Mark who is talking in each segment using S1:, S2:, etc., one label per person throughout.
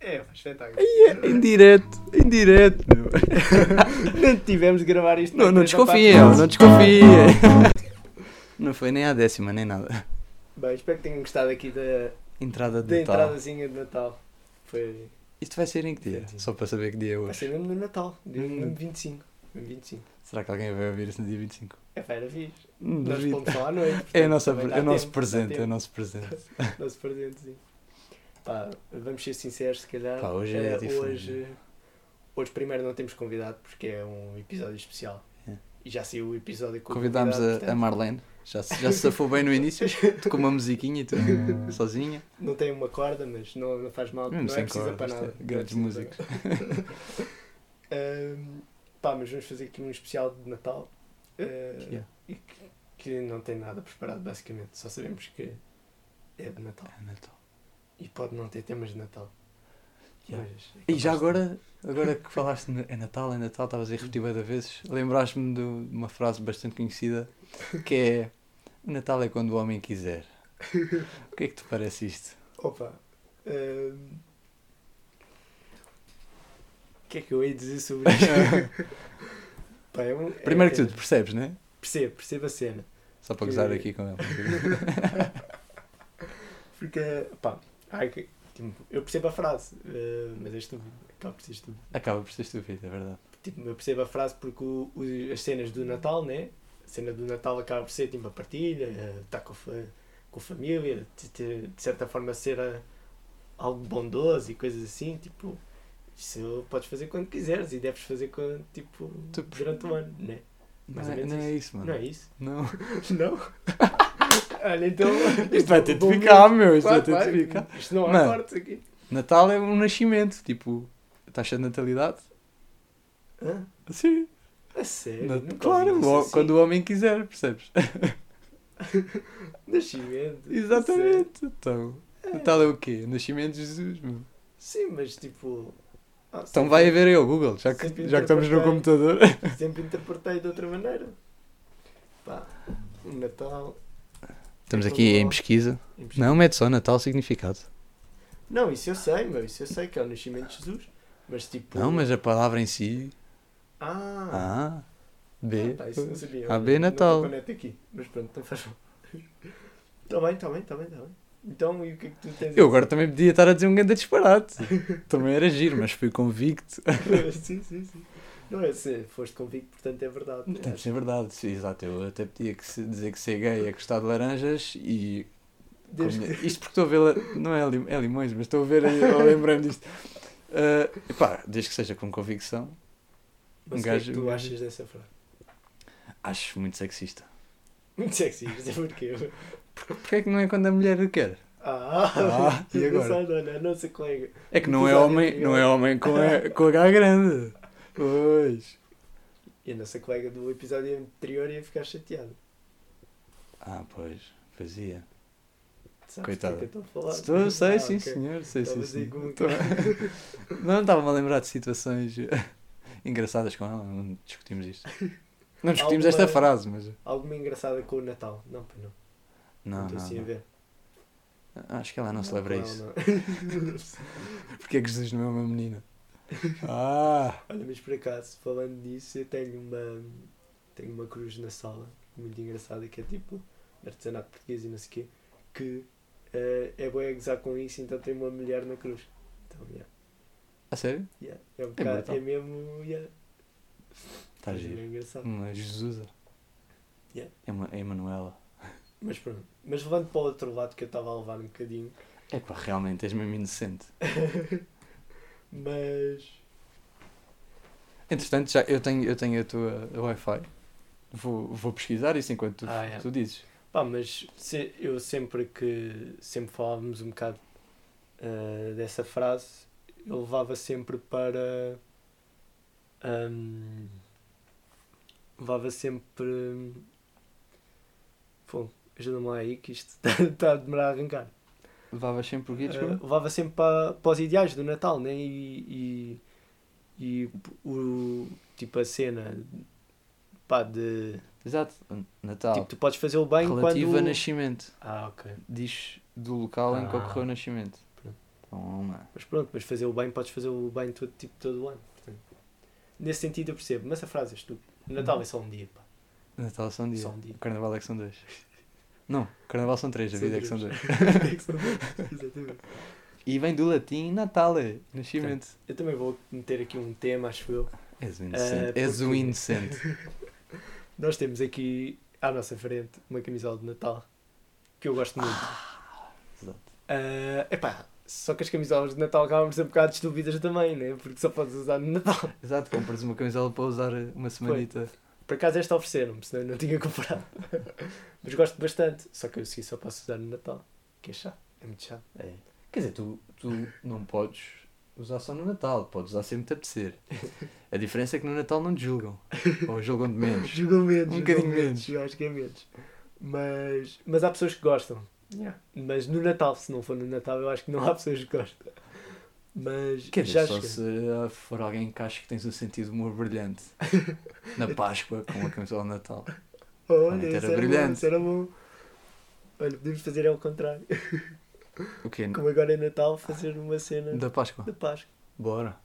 S1: É, um espetáculo.
S2: Ai, é, Em direto, em direto, meu.
S1: Nem tivemos de gravar isto.
S2: Não,
S1: na
S2: não
S1: empresa, pá.
S2: desconfiem, não desconfiem. Não foi nem à décima, nem nada.
S1: Bem, espero que tenham gostado aqui da,
S2: Entrada de
S1: da
S2: Natal.
S1: entradazinha de Natal. Foi.
S2: Isto vai ser em que dia? Só para saber que dia é
S1: Vai
S2: hoje.
S1: ser mesmo no Natal, um dia
S2: Hum.
S1: mesmo 25. mesmo 25.
S2: Será que alguém vai ouvir isso no dia 25?
S1: É para vir.
S2: Hum,
S1: Nós
S2: duvido.
S1: pomos lá à noite.
S2: É, a
S1: portanto,
S2: nossa,
S1: também
S2: é
S1: dá
S2: o nosso
S1: tempo,
S2: presente,
S1: dá
S2: é o
S1: tempo.
S2: nosso presente.
S1: Nosso presente, sim. Pá, vamos ser sinceros, se calhar.
S2: Pá, hoje é
S1: eh,
S2: diferente,
S1: Hoje, hoje primeiro, não temos convidado porque é um episódio especial.
S2: É.
S1: E já saiu o episódio com o
S2: Convidámos
S1: convidado,
S2: a, a Marlene, já, se- já se safou bem no início, tocou uma musiquinha e tudo, sozinha.
S1: portanto, Não tem uma corda, mas não, não faz mal.
S2: Mesmo
S1: não é
S2: sem
S1: precisa
S2: cordas,
S1: para nada.
S2: é,
S1: não é
S2: grandes
S1: preciso
S2: músicos.
S1: para nada. Ahm, pá, mas vamos fazer aqui um especial de Natal. eh,
S2: Yeah.
S1: e que, que não tem nada preparado, basicamente. Só sabemos que é de Natal.
S2: É Natal.
S1: E pode não ter temas de Natal.
S2: Yeah.
S1: Mas é
S2: E já
S1: capaz de-
S2: agora, agora que falaste no- é Natal, é Natal, estavas a repetir bué de vezes, lembraste-me de uma frase bastante conhecida que é O Natal é quando o homem quiser. O que é que te parece isto?
S1: Opa. hum, O que é que eu ia dizer sobre isto? Pá, é um- é-
S2: Primeiro que
S1: é-
S2: tudo, percebes, não é?
S1: Percebo, percebo a cena.
S2: Só para
S1: Que-
S2: gozar aqui com ela. um
S1: Porque, pá, ai, que- tipo, eu percebo a frase, eh, mas é estúpido. Acaba por ser estúpido.
S2: Acaba por ser estúpido, é verdade.
S1: Tipo, eu percebo a frase porque o- o- as cenas do Natal, né? A cena do Natal acaba por ser tipo a partilha, eh, estar com, a fa- com a família, de, de- de certa forma ser eh, algo bondoso e coisas assim. Tipo, isso podes fazer quando quiseres e deves fazer quando, tipo,
S2: Tu-
S1: durante o ano, né?
S2: Não,
S1: Mais ou
S2: é,
S1: menos
S2: não é isso,
S1: Não
S2: mano.
S1: é isso?
S2: Não.
S1: Não? Olha, então.
S2: Isto vai ter de
S1: Bom
S2: ficar, meu.
S1: momento.
S2: Isto vai
S1: Claro,
S2: ter de
S1: claro.
S2: ficar.
S1: Isto não há
S2: Mano.
S1: cortes aqui.
S2: Natal é um nascimento, tipo, taxa de natalidade.
S1: Hã?
S2: Sim,
S1: A sério?
S2: Nat-
S1: Nunca
S2: claro,
S1: ouvi
S2: o-
S1: isso assim.
S2: quando o homem quiser, percebes?
S1: Nascimento.
S2: Exatamente. Então,
S1: É.
S2: Natal é o quê? Nascimento de Jesus, meu.
S1: Sim, mas tipo. ah,
S2: Então
S1: sempre-
S2: vai haver aí ao Google, já que,
S1: Sempre
S2: já que estamos no
S1: interpretei.
S2: computador.
S1: Sempre interpretei de outra maneira. Pá, o Natal. é
S2: Estamos aqui em pesquisa.
S1: em pes-
S2: Não, mete só Natal significado.
S1: Não, isso eu sei, meu. Isso eu sei que é o nascimento de Jesus. Mas tipo.
S2: Não, mas a palavra em si.
S1: Ah,
S2: A, B.
S1: pá, isso é não sabia.
S2: A,
S1: Olha,
S2: B, Natal.
S1: Não me conecto aqui. Mas pronto, então faz mal. Está bem, está bem, está bem, está bem. Então, e o que é que tu tens
S2: Eu agora também podia estar a dizer um grande disparate. também era giro, mas fui convicto.
S1: agora. sim, sim, sim. Não é se foste convicto, portanto é verdade. né?
S2: Portanto, é verdade, sim, exato. Eu até podia que se- dizer que ser gay é gostar de laranjas e.
S1: Desde
S2: como- Isto porque estou a ver. la- Não é, lim- é limões, mas estou a ver. Eu lembrei-me disto. Ah, pá, desde que seja com convicção,
S1: Mas o
S2: Um
S1: que é que
S2: gajo- um
S1: tu
S2: gajo-
S1: achas dessa frase?
S2: acho muito sexista.
S1: Muito sexy, mas é porque.
S2: Porquê é que não é quando a mulher o quer?
S1: Ah,
S2: Ah, e agora?
S1: Não, não, não, nossa colega.
S2: É que não é homem, não é homem com, a, com H grande. Pois.
S1: E a nossa colega do episódio anterior ia ficar chateada.
S2: Ah, pois, fazia.
S1: Sabes
S2: Coitada.
S1: do que é que eu estou a falar?
S2: Estou, sei,
S1: Ah,
S2: sim,
S1: ok.
S2: senhor, sei, sim,
S1: Estavas aí
S2: senhor.
S1: com uma
S2: Estou- Não estava-me a lembrar de situações engraçadas com ela, não discutimos isto. Não discutimos
S1: Alguma-
S2: esta frase, mas.
S1: Alguma engraçada com o Natal? Não, pois não.
S2: Não,
S1: estou
S2: não,
S1: assim a
S2: não.
S1: ver.
S2: Acho que ela não celebra
S1: Não,
S2: isso.
S1: não.
S2: Porque é que Jesus não é uma menina? Ah!
S1: Olha, mas por acaso, falando disso, eu tenho uma, tenho uma cruz na sala, muito engraçada, que é tipo artesanato português e não sei o quê, que eh, é bom a gozar com isso, então tem uma mulher na cruz. Então, yeah,
S2: A sério?
S1: yeah, é um bocado,
S2: brutal.
S1: é mesmo, yeah,
S2: Está
S1: mas é
S2: giro.
S1: bem engraçado.
S2: Uma Jesusa.
S1: Yeah.
S2: É uma é Emanuela.
S1: Mas pronto, mas levando para o outro lado que eu estava a levar um bocadinho,
S2: É pá, realmente és mesmo inocente.
S1: mas
S2: Entretanto, já eu tenho, eu tenho a tua a Wi-Fi. Vou, vou pesquisar isso enquanto tu,
S1: Ah, é.
S2: tu dizes.
S1: pá, mas se- eu sempre que sempre falávamos um bocado ah, dessa frase, eu levava sempre para ahm, levava sempre hum, bom, ajuda-me lá aí que isto está a demorar a arrancar.
S2: Levavas sempre o guia,
S1: Eh,
S2: desculpa?
S1: levava sempre para, para os ideais do Natal, né? E, e, e o, tipo a cena pá, de
S2: Exato. Natal.
S1: tipo, tu podes fazer o bem
S2: relativo
S1: quando.
S2: a nascimento.
S1: Ah, ok.
S2: Diz do local em que
S1: Ah.
S2: ocorreu o nascimento. Então,
S1: Pronto.
S2: Toma.
S1: Mas pronto, mas fazer o bem, podes fazer o bem todo, tipo, todo o ano. portanto. nesse sentido eu percebo, mas a frase é estúpida. O Natal é só um dia, pá.
S2: Natal são Uhum. um dia.
S1: Só um dia.
S2: O Carnaval é que são dois. Não, Carnaval são três, a
S1: São
S2: vida é que são dois.
S1: três. É que são dois, Exatamente.
S2: E vem do latim Natale, nascimento.
S1: Eu também vou meter aqui um tema, acho eu.
S2: És um inocente.
S1: Ah,
S2: És um
S1: porque-
S2: inocente.
S1: Nós temos aqui à nossa frente uma camisola de Natal que eu gosto muito.
S2: exato.
S1: Ah, epá, só que as camisolas de Natal acabam por ser um bocado estúpidas também, né? Porque só podes usar no Natal.
S2: Exato, compras uma camisola para usar uma semanita.
S1: Por acaso esta ofereceram-me, senão eu não tinha comprado. Mas gosto bastante, só que eu sim só posso usar no Natal. Que é chato, é muito chato.
S2: É. Quer dizer, tu, tu não podes usar só no Natal, podes usar sempre que te apetecer. A diferença é que no Natal não te julgam. Ou julgam de menos.
S1: Jogou menos.
S2: Um
S1: jogou
S2: bocadinho menos.
S1: Eu acho que é menos. Mas, mas há pessoas que gostam. Mas no Natal, se não for no Natal, eu acho que não há pessoas que gostam. Mas
S2: Quer dizer,
S1: já
S2: só
S1: cheguei.
S2: se ah, for alguém que acha que tens um sentido de humor brilhante. Na Páscoa, com uma camisola de Natal.
S1: Olha,
S2: Era
S1: isso era bom,
S2: brilhante.
S1: isso era bom. Olha, podemos fazer ao contrário.
S2: O quê?
S1: Como agora é Natal, fazer uma cena
S2: Da Páscoa?
S1: da Páscoa.
S2: Bora.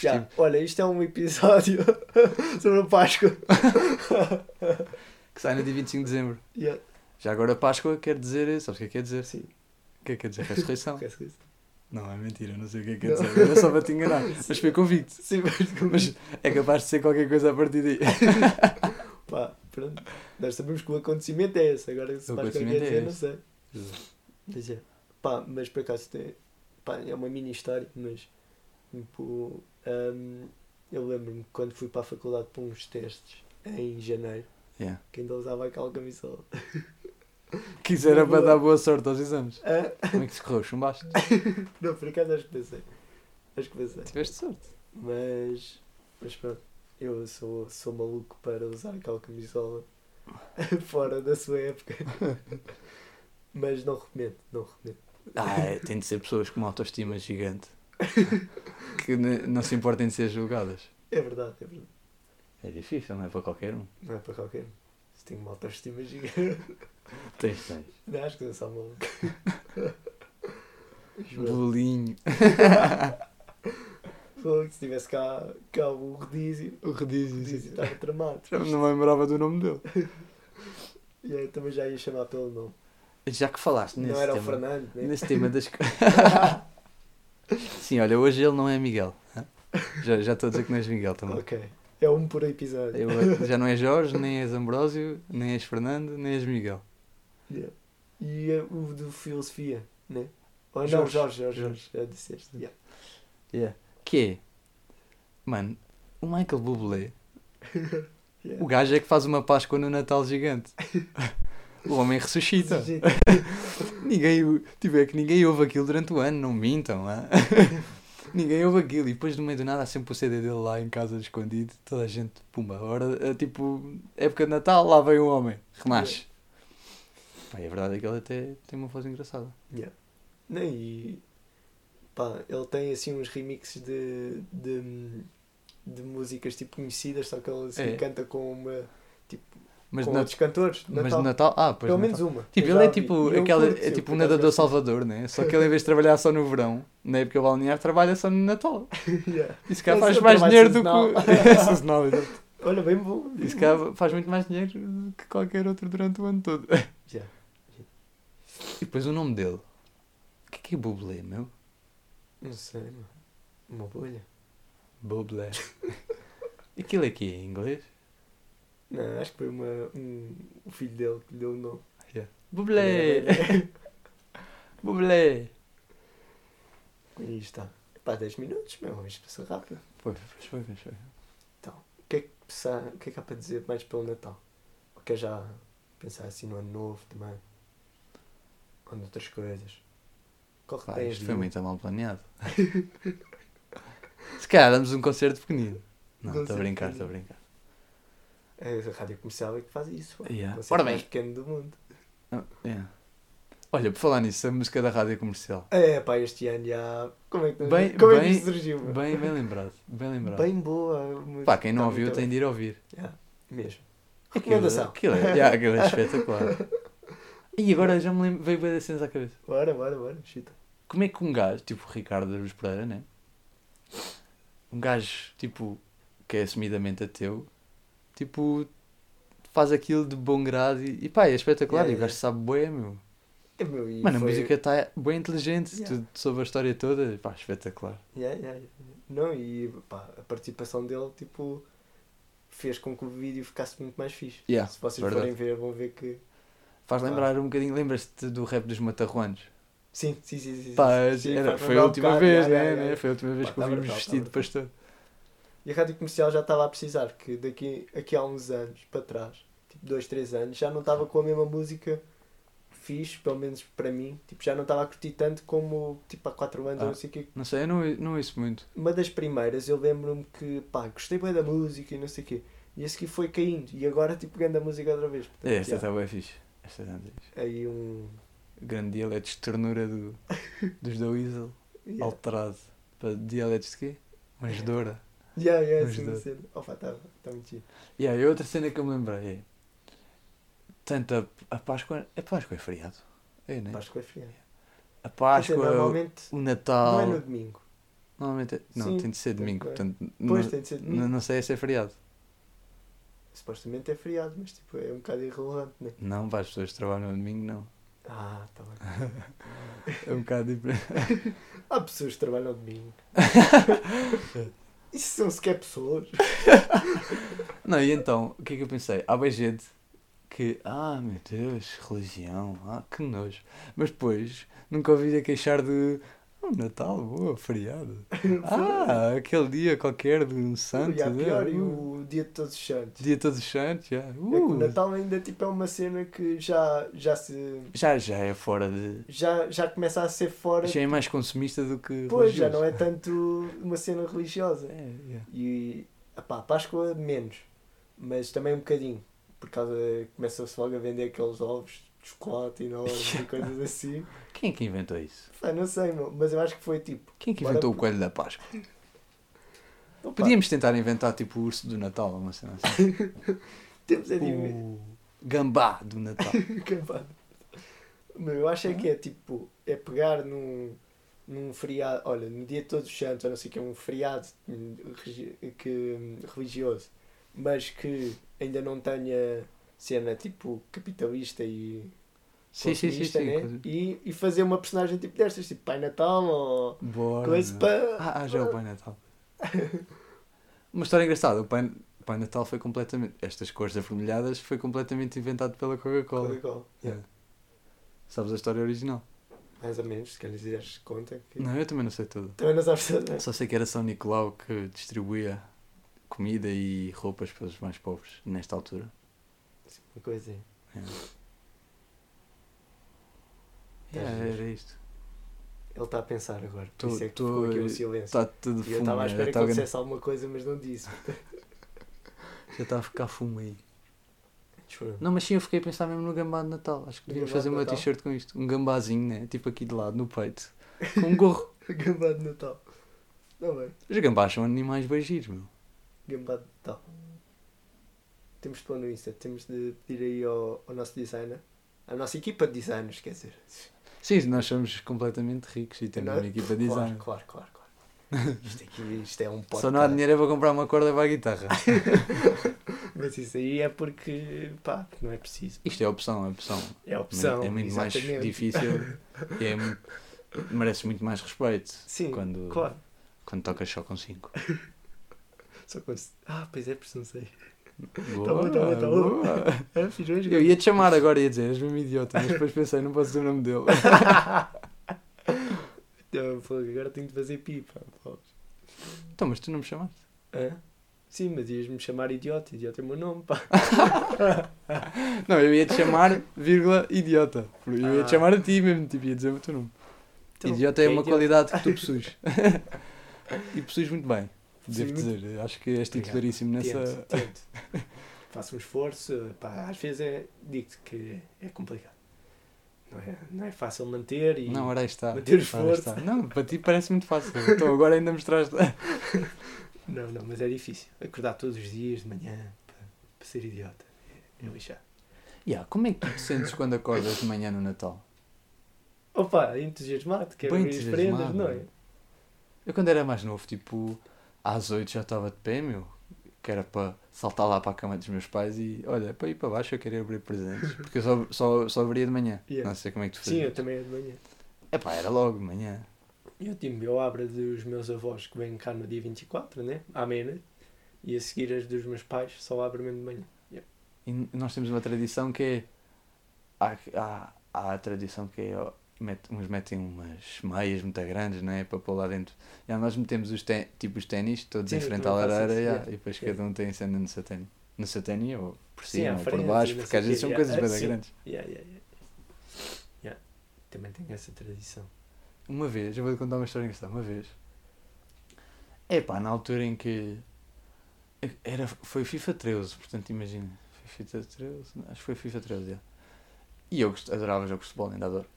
S1: Já. Olha, isto é um episódio sobre a Páscoa.
S2: Que sai no dia 25 de dezembro.
S1: Já.
S2: Já agora Páscoa quer dizer. Sabes o que é que quer dizer?
S1: Sim,
S2: O que é que quer dizer? Ressurreição.
S1: esquece isso.
S2: Não, é mentira, não sei o que é que
S1: Não.
S2: quer dizer. Era só para te enganar. Mas fui convicto.
S1: Sim, mas como
S2: Mas é capaz de ser qualquer coisa a partir daí.
S1: Pá, pronto. Nós sabemos que o acontecimento é esse. Agora, se
S2: O
S1: faz qualquer
S2: acontecimento é
S1: dizer, não
S2: esse.
S1: sei. Mas é. Pá, mas por acaso tem. Pá, é uma mini história, mas. Tipo. hum, eu lembro-me quando fui para a faculdade para uns testes em janeiro,
S2: Yeah.
S1: que ainda usava aquela camisola.
S2: Quisera
S1: Boa.
S2: para dar boa sorte aos exames.
S1: Ah,
S2: Como é que se correu? Chumbaste?
S1: não, por acaso acho que pensei. Acho que pensei.
S2: Tiveste sorte.
S1: Mas. Mas pronto. Eu sou, sou maluco para usar aquela camisola fora da sua época. mas não recomendo, não recomendo.
S2: Ah, é, tem de ser pessoas com uma autoestima gigante que ne- não se importem de ser julgadas.
S1: É verdade, é verdade.
S2: É difícil, não é para qualquer um.
S1: Não é para qualquer um. Se tem uma autoestima gigante.
S2: Tens, tens.
S1: Não, acho que não sou maluco. Juro.
S2: Bolinho.
S1: Fogo, Se tivesse cá, cá o Rodízio,
S2: O
S1: o
S2: redízio.
S1: Rodízio
S2: sim.
S1: estava tramado.
S2: Já Não me lembrava do nome dele.
S1: E eu também já ia chamar pelo nome.
S2: Já que falaste nesse
S1: não era o
S2: tema,
S1: Fernando, né?
S2: nesse tema das... co- Sim, olha, hoje ele não é Miguel. hã? Já, já estou a dizer que não és Miguel também.
S1: Ok. É um por episódio.
S2: Eu- já não és Jorge, nem és Ambrósio, nem és Fernando, nem és Miguel.
S1: Yeah. E é o de filosofia, né? Ou não,
S2: Jorge.
S1: Jorge, Jorge, Jorge. Já disseste. Yeah.
S2: Que é, mano, o Michael Bublé,
S1: Yeah.
S2: o gajo é que faz uma Páscoa no Natal gigante. O homem ressuscita.
S1: Gente,
S2: Ninguém, o- tipo, é que ninguém ouve aquilo durante o ano, não mintam, hã? Ninguém ouve aquilo e depois no meio do nada há sempre o CD dele lá em casa escondido, toda a gente, pumba, agora é tipo, época de Natal, lá vem o homem, renasce. Pá, e a verdade é que ele até tem uma voz engraçada.
S1: Yeah. Não, e pá, ele tem assim uns remixes de, de, de músicas tipo conhecidas, só que ele assim,
S2: É.
S1: canta com uma
S2: Mas,
S1: com
S2: de Nat-
S1: outros cantores. de
S2: mas
S1: Natal.
S2: de Natal, ah, pois
S1: Pelo
S2: de
S1: menos
S2: Natal.
S1: uma.
S2: Tipo,
S1: Eu
S2: ele é
S1: já vi.
S2: tipo,
S1: E eu
S2: aquela,
S1: curto,
S2: é
S1: eu
S2: tipo
S1: por
S2: um
S1: acaso
S2: nadador
S1: gosto.
S2: salvador, né? Só que ele em vez de trabalhar só no verão, na época balnear, trabalha só no Natal.
S1: Yeah.
S2: E se calhar
S1: Esse
S2: faz
S1: é o
S2: mais
S1: trabalho
S2: dinheiro do que.
S1: sazonal.
S2: É sazonal, exato.
S1: Olha, bem bom.
S2: E se calhar faz muito mais dinheiro do que qualquer outro durante o ano todo.
S1: Yeah.
S2: E depois o nome dele. O que é que é Bublé, meu?
S1: Não sei, mano. Uma bolha.
S2: Bublé. Aquilo aqui é em inglês?
S1: Não, acho que foi uma, um, o filho dele que lhe deu o nome. né?
S2: Bublé! Bublé!
S1: E está. Pá, 10 minutos, meu. Isto passou rápido.
S2: Pois, pois foi, pois foi.
S1: O que é que, pensa- o que, é que há para dizer mais pelo Natal? Ou quer já pensar assim no ano novo também? Ou noutras coisas? Corre
S2: Pá,
S1: bem a
S2: isto foi
S1: vida.
S2: muito mal planeado. Se calhar damos um concerto pequenino. Não, estou a
S1: Um Concerto
S2: brincar, estou
S1: pequenino.
S2: a brincar.
S1: É, A rádio comercial é que faz isso. pá.
S2: Yeah.
S1: Você
S2: Ora
S1: é o
S2: bem.
S1: mais pequeno do mundo.
S2: Ah, é. Olha, por falar nisso, a música da rádio comercial.
S1: É, pá, este ano já. Como é que,
S2: Bem-
S1: como é que
S2: bem-
S1: isso surgiu? meu?
S2: Bem, bem lembrado, bem lembrado.
S1: Bem boa. mas
S2: Pá, quem não
S1: tá
S2: ouviu
S1: muito
S2: tem É de ir ouvir.
S1: bem. Yeah, Mesmo.
S2: Aquilo,
S1: Recomendação.
S2: aquilo, é, yeah, aquilo é espetacular. E agora já me lembro, veio bem da cena à cabeça.
S1: Bora, bora, bora. Chuta.
S2: Como é que um gajo, tipo o Ricardo Aruz Pereira, né? Um gajo, tipo, que é assumidamente ateu, tipo, faz aquilo de bom grado e, e pá, é espetacular.
S1: Yeah,
S2: e o gajo
S1: yeah.
S2: sabe bué, meu.
S1: É, meu, e
S2: Mano,
S1: foi-
S2: a música está bem inteligente,
S1: Yeah.
S2: tudo sobre a história toda, pá, espetacular.
S1: Yeah, yeah, yeah. Não, e pá, a participação dele, tipo, fez com que o vídeo ficasse muito mais fixe.
S2: Yeah,
S1: Se vocês
S2: verdade.
S1: forem ver, vão ver que.
S2: Faz
S1: Pá.
S2: lembrar um bocadinho, lembras-te do rap dos Matarruanos?
S1: Sim, sim, sim. sim,
S2: Pá,
S1: sim, sim,
S2: era-
S1: faz
S2: foi
S1: lembrar
S2: a
S1: um
S2: última
S1: bocado,
S2: vez,
S1: yeah,
S2: né?
S1: yeah,
S2: né?
S1: yeah.
S2: Foi a última vez
S1: Pá,
S2: que
S1: tá
S2: ouvimos
S1: brutal, tá
S2: vestido de
S1: brutal.
S2: pastor.
S1: E a rádio comercial já estava a precisar, que daqui aqui há uns anos para trás, tipo 2, 3 anos, já não estava com a mesma música fixe, pelo menos para mim. Tipo, já não estava a curtir tanto como tipo há 4 anos,
S2: Ah.
S1: ou não sei o quê.
S2: Não sei, eu não, não ouço muito.
S1: Uma das primeiras eu lembro-me que, pá, gostei bem da música e não sei o quê. E esse aqui foi caindo, e agora tipo pegando a música outra vez. Portanto,
S2: É, esta
S1: yeah.
S2: está bem fixe. tá Esta está bem fixe.
S1: Aí um.
S2: Grande dialeto de ternura do, dos da Weasel,
S1: Yeah.
S2: alterado para dialetos de quê? Mas Doura.
S1: Yeah, yeah,
S2: Mas
S1: sim,
S2: dá.
S1: sim. Opa, tá, tá muito giro.
S2: Yeah, e outra cena que eu me lembrei é. Tanto a, a Páscoa. A Páscoa é feriado. É, né?
S1: Páscoa é fria.
S2: A
S1: Páscoa é
S2: Páscoa,
S1: normalmente
S2: o
S1: não
S2: Natal.
S1: é no domingo.
S2: Normalmente. é- Não,
S1: Sim,
S2: tem de ser domingo.
S1: tem-
S2: Portanto,
S1: Pois
S2: não,
S1: tem de ser domingo.
S2: não, não sei se é feriado.
S1: Supostamente é feriado, mas tipo, é um bocado irrelevante, né?
S2: Não, pá, as pessoas que trabalham no domingo, não.
S1: Ah, tá bem.
S2: É um bocado diferente.
S1: Há pessoas que trabalham ao domingo. Isso são sequer pessoas.
S2: Não, e então, o que é que eu pensei? Há bem gente que, ah, meu Deus, religião, ah, que nojo. Mas depois, nunca ouvi a queixar de, oh, Natal, boa, feriado. ah, aquele dia qualquer de um santo.
S1: e há pior,
S2: né?
S1: e
S2: Uh,
S1: o dia de todos os santos.
S2: Dia todos os santos, já.
S1: É que o
S2: uh.
S1: Natal ainda tipo, é uma cena que já, já se.
S2: já, já é fora de...
S1: Já, já começa a ser fora.
S2: Já é mais consumista do que
S1: Pois, já não é tanto uma cena religiosa.
S2: É, yeah.
S1: E epá, a Páscoa menos, mas também um bocadinho, por causa começa-se logo a vender aqueles ovos de chocolate e não e coisas assim.
S2: Quem é que inventou isso?
S1: Pá, não sei, meu, mas eu acho que foi tipo.
S2: Quem é que
S1: Bora-
S2: inventou o coelho da Páscoa?
S1: opa,
S2: Podíamos tentar inventar, tipo, o urso do Natal, uma cena assim.
S1: Temos a dividir.
S2: o gambá do Natal.
S1: Acabado. Meu, eu acho é que é tipo, é pegar num, num feriado, olha, no dia de todos os santos, a não ser que é um feriado hum, regi- que, hum, religioso, mas que ainda não tenha cena tipo capitalista e
S2: sim, sim, sim,
S1: consumista,
S2: sim.
S1: né?
S2: coisa-
S1: E, e fazer uma personagem tipo destas, tipo Pai Natal ou
S2: Bora.
S1: coisa para.
S2: Ah, ah, já é o Pai Natal. Uma história engraçada. O Pai, o Pai Natal foi completamente. Estas cores avermelhadas foi completamente inventado pela Coca-Cola.
S1: Coca-Cola.
S2: Yeah. Sabes a história original?
S1: Mais ou menos, se calhar fizeres conta. Que...
S2: Não, eu também não sei tudo.
S1: Também não sabes nada.
S2: Só sei que era São Nicolau que distribuía comida e roupas para os mais pobres nesta altura.
S1: Uma coisa.
S2: Yeah,
S1: giro.
S2: era isto.
S1: Ele está a pensar agora. Por
S2: Tô-
S1: isso é que
S2: tô-
S1: ficou aqui um silêncio.
S2: Está tudo
S1: E eu
S2: fumo.
S1: estava à
S2: era,
S1: espera que
S2: tá
S1: ele
S2: grande-
S1: dissesse alguma coisa, mas não disse.
S2: Já está a ficar fumo aí.
S1: Juro.
S2: Não, mas sim, eu fiquei a pensar mesmo no gambá de Natal. Acho que
S1: No
S2: devíamos
S1: gambá de
S2: fazer uma
S1: Natal?
S2: t-shirt com isto. Um gambazinho, né? Tipo aqui de lado, no peito. Com um gorro.
S1: Gambá de Natal. Não bem.
S2: Os gambás são animais bem giros, meu.
S1: Gambá de Natal. Temos de pôr no Insta. Temos de pedir aí ao, ao nosso designer. À nossa equipa de designers, quer dizer.
S2: Sim, nós somos completamente ricos e temos
S1: Não é?
S2: uma equipa de design.
S1: Claro, claro, claro. claro. Isto aqui isto é um podcast.
S2: Só não há dinheiro é para comprar uma corda para a guitarra.
S1: Mas isso aí é porque, pá, não é preciso.
S2: Isto é opção, é opção.
S1: É opção.
S2: é muito mais
S1: exatamente.
S2: difícil. e é mu- merece muito mais respeito.
S1: Sim,
S2: quando,
S1: claro.
S2: quando tocas só com 5.
S1: Só quando... se- Ah, pois é, pois não sei. bom, tá bom, tá bom. Ah, fiz bem,
S2: Eu ia te chamar agora e ia dizer, és mesmo idiota, mas depois pensei, não posso dizer o nome dele.
S1: Então, pô, Agora tenho de fazer pipa. pô.
S2: Então, mas tu não me chamaste?
S1: Hã? Sim, mas ias-me chamar idiota. Idiota é o meu nome, pá.
S2: Não, eu ia te chamar, vírgula, idiota. Eu ia
S1: Ah.
S2: te chamar a ti mesmo, tipo, ia dizer o teu nome.
S1: Então,
S2: idiota é, uma
S1: idiota.
S2: qualidade que tu possuis. e possuis muito bem,
S1: Sim,
S2: devo
S1: muito.
S2: dizer. Acho que és
S1: Obrigado.
S2: titularíssimo nessa.
S1: Tento, tento. Faço um esforço. Pá, às vezes é... digo-te que é complicado. Não é, não é fácil manter e...
S2: Não, é- ora aí está.
S1: Manter o
S2: ora aí
S1: esforço.
S2: está. Não, para ti parece muito fácil. Então agora ainda mostraste.
S1: Não, não, mas é difícil. Acordar todos os dias de manhã para, para ser idiota. É
S2: Hum.
S1: lixado.
S2: Yeah, como é que tu te sentes quando acordas de manhã no Natal?
S1: Opa, entusiasmado, quero
S2: Bem
S1: abrir as prendas,
S2: entusiasmado.
S1: não é?
S2: Eu quando era mais novo, tipo, às 8 já estava de pé, meu. Que era para saltar lá para a cama dos meus pais e olha, para ir para baixo eu queria abrir presentes. Porque eu só, só, só abria de manhã.
S1: Yeah.
S2: Não sei como é que tu
S1: Sim, eu
S2: fazias.
S1: também é de manhã.
S2: Epá, era logo de manhã.
S1: Eu, tipo, eu abro a dos meus avós que vêm cá no dia 24, né? À meia-noite. E a seguir as dos meus pais só abro mesmo de manhã.
S2: E n- nós temos uma tradição que é. Há, há, há a tradição que é. ó, mete- uns metem umas meias muito grandes, não é? Para pôr lá dentro. Já nós metemos os te, tipo os ténis todos
S1: Sim,
S2: em
S1: eu
S2: frente à
S1: também faço
S2: lareira
S1: isso,
S2: já,
S1: yeah,
S2: e depois
S1: yeah.
S2: cada um tem incêndio no seu ténis. No seu ténis ou por
S1: Sim, à
S2: cima ou por
S1: frente,
S2: baixo,
S1: não
S2: porque
S1: sei
S2: às
S1: quê,
S2: vezes são
S1: yeah.
S2: coisas
S1: Ah,
S2: bem
S1: sim.
S2: grandes.
S1: Yeah, yeah, yeah. Yeah. Também tenho essa tradição.
S2: Uma vez, eu vou-te contar uma história engraçada. Uma vez, é pá, na altura em que era, foi FIFA 13, portanto, imagina, foi FIFA 13, não, acho que foi FIFA 13. já. E eu gost- adorava jogos de futebol, ainda adoro.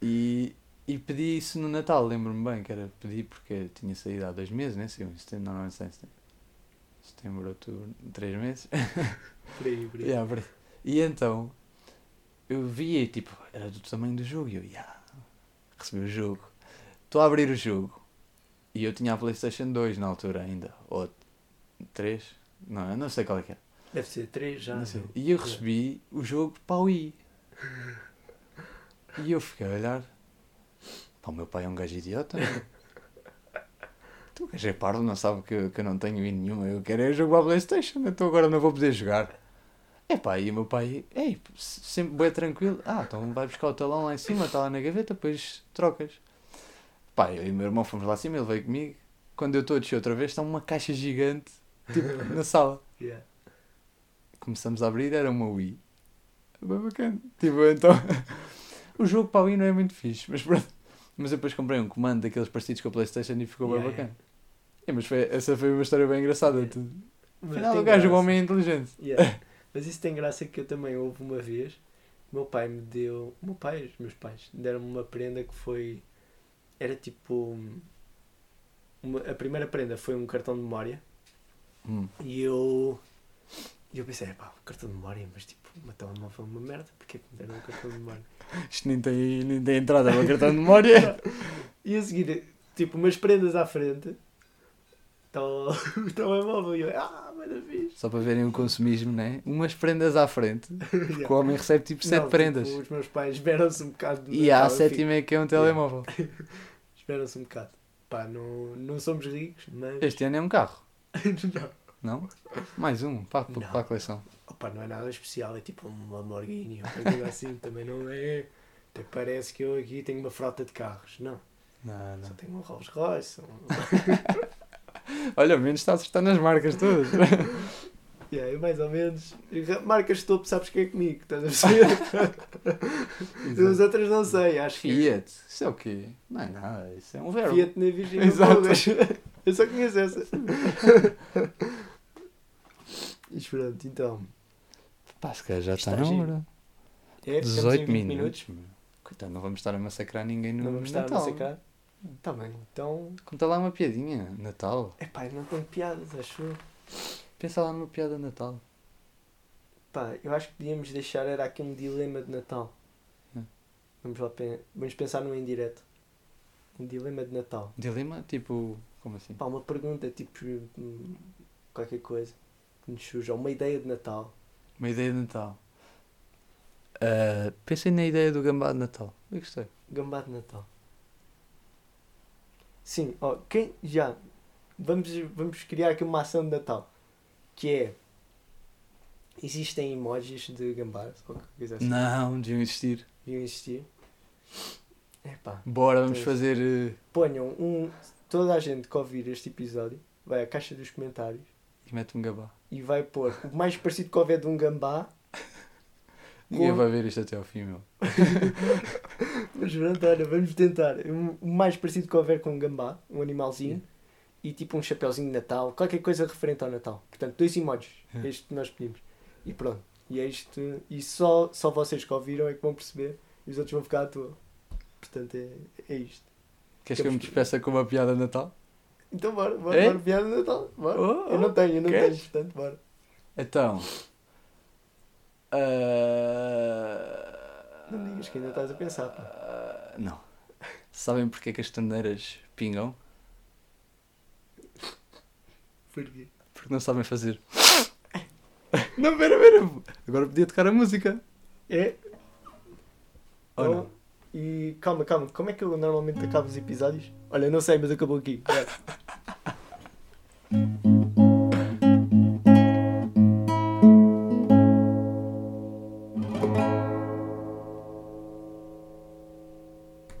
S2: E, e pedi isso no Natal, lembro-me bem que era pedi porque tinha saído há dois meses, né? Sim, em setembro, normalmente sai em setembro. Setembro, outubro, três meses.
S1: Por aí, por aí.
S2: Yeah, verdade. E então eu vi e tipo, era do tamanho do jogo e eu, yeah, recebi o jogo. Estou a abrir o jogo. E eu tinha a Playstation 2 na altura ainda. Ou 3? Não, eu não sei qual é que era.
S1: Deve ser 3 já. né?
S2: Não sei.
S1: não?
S2: E eu
S1: Yeah.
S2: recebi o jogo para o i. E eu fiquei a olhar. Pá, o meu pai é um gajo idiota. meu. Tu gajo é parvo, não sabe que, que eu não tenho i nenhuma. Eu quero é jogar Playstation, então agora não vou poder jogar. É pá, e o meu pai, ei, se- sempre bem tranquilo. Ah, então vai buscar o talão lá em cima, está lá na gaveta, depois trocas. Pá, eu e o meu irmão fomos lá acima, ele veio comigo. Quando eu estou a descer outra vez, está uma caixa gigante, tipo, na sala
S1: Yeah.
S2: começamos a abrir era uma Wii. Bem bacana. Tipo, então. o jogo para a Wii não é muito fixe, mas pronto. Mas eu depois comprei um comando daqueles partidos com a Playstation e ficou
S1: Yeah,
S2: bem bacana. É, mas foi- essa foi uma história bem engraçada.
S1: Yeah.
S2: tudo.
S1: Mas
S2: Afinal,
S1: tem
S2: o gajo, o
S1: graça.
S2: homem é inteligente.
S1: Yeah. Mas isso tem graça que eu também houve uma vez. O meu pai me deu. O meu pai, os meus pais, deram-me uma prenda que foi. Era tipo. um- uma- a primeira prenda foi um cartão de memória.
S2: Hum.
S1: E eu. E eu pensei, pá, cartão de memória, mas tipo, uma telemóvel é uma merda, porque é que me deram um cartão de memória?
S2: Isto nem tem, nem tem entrada para cartão de memória.
S1: E a seguir, tipo, umas prendas à frente, estão o telemóvel. E eu, ah, maravilha!
S2: Só para verem o consumismo, né? Umas prendas à frente,
S1: Yeah.
S2: que o homem recebe tipo
S1: Não,
S2: 7
S1: tipo,
S2: prendas.
S1: os meus pais deram-se um bocado
S2: E há
S1: Natal, eu
S2: 7
S1: fico-
S2: e meio que é um telemóvel.
S1: Esperam-se um bocado. Pá, não, não somos ricos, mas.
S2: Este ano é um carro,
S1: não.
S2: não? Mais um, para,
S1: Não.
S2: para a coleção.
S1: Opa, não é nada especial, é tipo um Lamborghini ou alguma coisa assim, também não é. Até parece que eu aqui tenho uma frota de carros. Não,
S2: Não,
S1: só tenho um Rolls Royce. um-
S2: Olha, ao menos está a acertar nas marcas todas.
S1: Yeah, eu mais ou menos. Marcas de topo, sabes que é comigo, estás a perceber? Os outros não sei, acho que.
S2: Fiat, isso é o quê? Não é nada, isso é um verbo.
S1: Fiat na Virgínia
S2: Exato.
S1: Poulas. Eu só conheço essa. Mas pronto, então.
S2: Pá, se calhar já
S1: Está
S2: está na
S1: giro.
S2: hora.
S1: É, ficamos em
S2: 18
S1: 20
S2: minutos. meu. Coitado, não vamos estar a massacrar ninguém no
S1: Não vamos estar
S2: Natal.
S1: a sacar. Tá bem, então.
S2: Conta lá uma piadinha, Natal.
S1: Epá, eu não tenho piadas, acho eu.
S2: Pensa lá numa piada de Natal. Um
S1: Pá, eu acho que podíamos deixar era aqui um dilema de Natal.
S2: Hum.
S1: Vamos lá, pen- vamos pensar num em direto. Um dilema de Natal.
S2: Dilema, tipo, como assim?
S1: Pá, uma pergunta, tipo, hum, qualquer coisa que nos surja, uma ideia de Natal.
S2: Uma ideia de Natal. Ah, pensei na ideia do gambá de Natal. Eu gostei.
S1: Gambá de Natal. Sim, ó, quem já. Vamos, vamos criar aqui uma ação de Natal. Que é. Existem emojis de gambás ou qualquer coisa assim.
S2: Não, deviam existir.
S1: Deviam existir. Epá.
S2: Bora, vamos
S1: Pois.
S2: fazer. eh,
S1: Ponham um. Toda a gente que ouvir este episódio vai à caixa dos comentários
S2: e mete um gambá.
S1: e vai pôr o mais parecido que houver de um gambá.
S2: Ninguém
S1: Com-
S2: vai ver isto até ao fim, meu.
S1: Mas pronto, olha, vamos tentar. Um- O mais parecido que houver com um gambá, um animalzinho, e tipo um chapeuzinho de Natal, qualquer coisa referente ao Natal. Portanto, dois emojis.
S2: Hum.
S1: É isto que nós pedimos. E pronto. E é isto. E só, só vocês que ouviram é que vão perceber e os outros vão ficar à toa. Portanto, é, é isto.
S2: Queres que eu me despeça com uma piada de Natal?
S1: Então bora, bora,
S2: É?
S1: bora, piada de Natal. Bora.
S2: Oh,
S1: eu
S2: oh,
S1: não tenho, eu não
S2: queres?
S1: tenho, portanto, bora.
S2: Então. ah,
S1: Não digas que ainda estás a pensar, pá.
S2: ah, Não. Sabem porque é que as torneiras pingam?
S1: Porquê?
S2: Porque não sabem fazer. Não, pera, pera. Agora podia tocar a música.
S1: É?
S2: Ou
S1: Então,
S2: não?
S1: E calma, calma, como é que eu normalmente acabo os episódios? Olha, não sei, mas acabou aqui. Vai.